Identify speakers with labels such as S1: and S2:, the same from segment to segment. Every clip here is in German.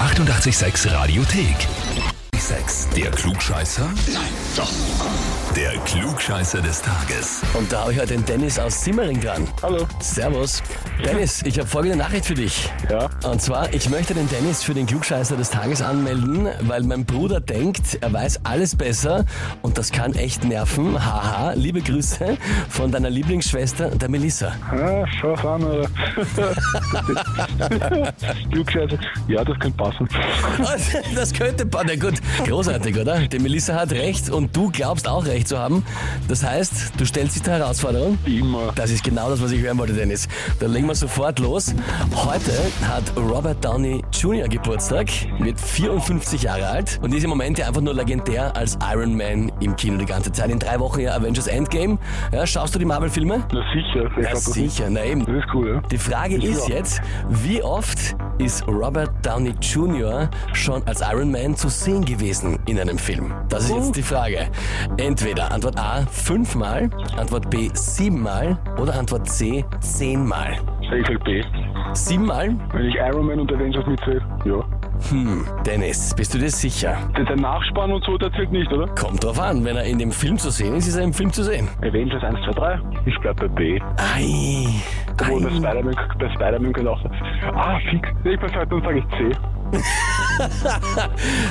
S1: 886 Radiothek. 6. Der Klugscheißer? Nein, doch. Der Klugscheißer des Tages.
S2: Und da habe ich heute den Dennis aus Simmering dran.
S3: Hallo.
S2: Servus. Dennis, ich habe folgende Nachricht für dich.
S3: Ja.
S2: Und zwar, ich möchte den Dennis für den Klugscheißer des Tages anmelden, weil mein Bruder denkt, er weiß alles besser und das kann echt nerven. Haha, liebe Grüße von deiner Lieblingsschwester, der Melissa.
S3: Ah, schau an, oder? Klugscheiße. Ja, das könnte passen.
S2: Das könnte, pa- na gut, großartig, oder? Die Melissa hat recht und du glaubst auch recht zu haben. Das heißt, du stellst dich der Herausforderung.
S3: Immer.
S2: Das ist genau das, was ich hören wollte, Dennis. Dann legen wir sofort los. Heute hat Robert Downey Jr. Geburtstag, wird 54 Jahre alt und ist im Moment ja einfach nur legendär als Iron Man im Kino die ganze Zeit. In drei Wochen ja Avengers Endgame. Ja, schaust du die Marvel-Filme?
S3: Na sicher. Ich
S2: Ja,
S3: glaub, das
S2: sicher, na eben.
S3: Das ist cool, ja.
S2: Die Frage ist
S3: Ja.
S2: jetzt, wie oft ist Robert Downey Jr. schon als Iron Man zu sehen gewesen in einem Film? Das ist jetzt die Frage. Entweder Antwort A fünfmal, Antwort B siebenmal oder Antwort C zehnmal.
S3: Ich sag B.
S2: Siebenmal?
S3: Wenn ich Iron Man und Avengers mitzähle, ja.
S2: Hm, Dennis, bist du dir sicher?
S3: Der, der Nachspann und so, der zählt nicht, oder?
S2: Kommt drauf an, wenn er in dem Film zu sehen ist, ist er im Film zu sehen.
S3: Avengers 1, 2, 3. Ich bleib bei B.
S2: Ei.
S3: Obwohl bei
S2: ei.
S3: Spider-Man, bei Spider-Man könnte auch sein. Ah, fix. Ich bin dann sage ich C.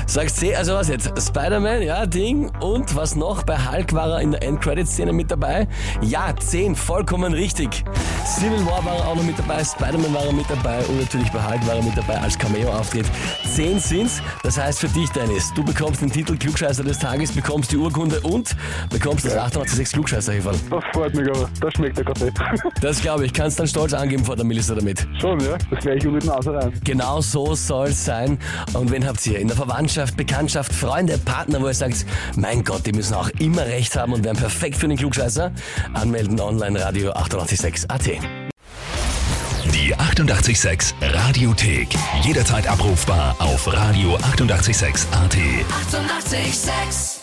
S2: Sagt C, also was jetzt? Spider-Man, ja, Ding. Und was noch? Bei Hulk war er in der End-Credit-Szene mit dabei. Ja, 10, vollkommen richtig. Civil War war er auch noch mit dabei, Spider-Man war er mit dabei und natürlich bei Hulk war er mit dabei als Cameo-Auftritt. 10 sind's. Das heißt für dich, Dennis, du bekommst den Titel Klugscheißer des Tages, bekommst die Urkunde und bekommst das 886 klugscheißer -Häferl.
S3: Das freut mich aber. Da schmeckt der Kaffee.
S2: Das glaube ich, kannst dann stolz angeben vor der Minister damit.
S3: Schon, ja. Das werde ich unter die Nase rein.
S2: Genau so soll's sein. Und wen habt ihr? In der Verwandtschaft, Bekanntschaft, Freunde, Partner, wo ihr sagt, mein Gott, die müssen auch immer recht haben und wären perfekt für den Klugscheißer? Anmelden online Radio 886 AT.
S1: Die 886 Radiothek. Jederzeit abrufbar auf radio886.at. 886!
S4: Eighty-eight, sex.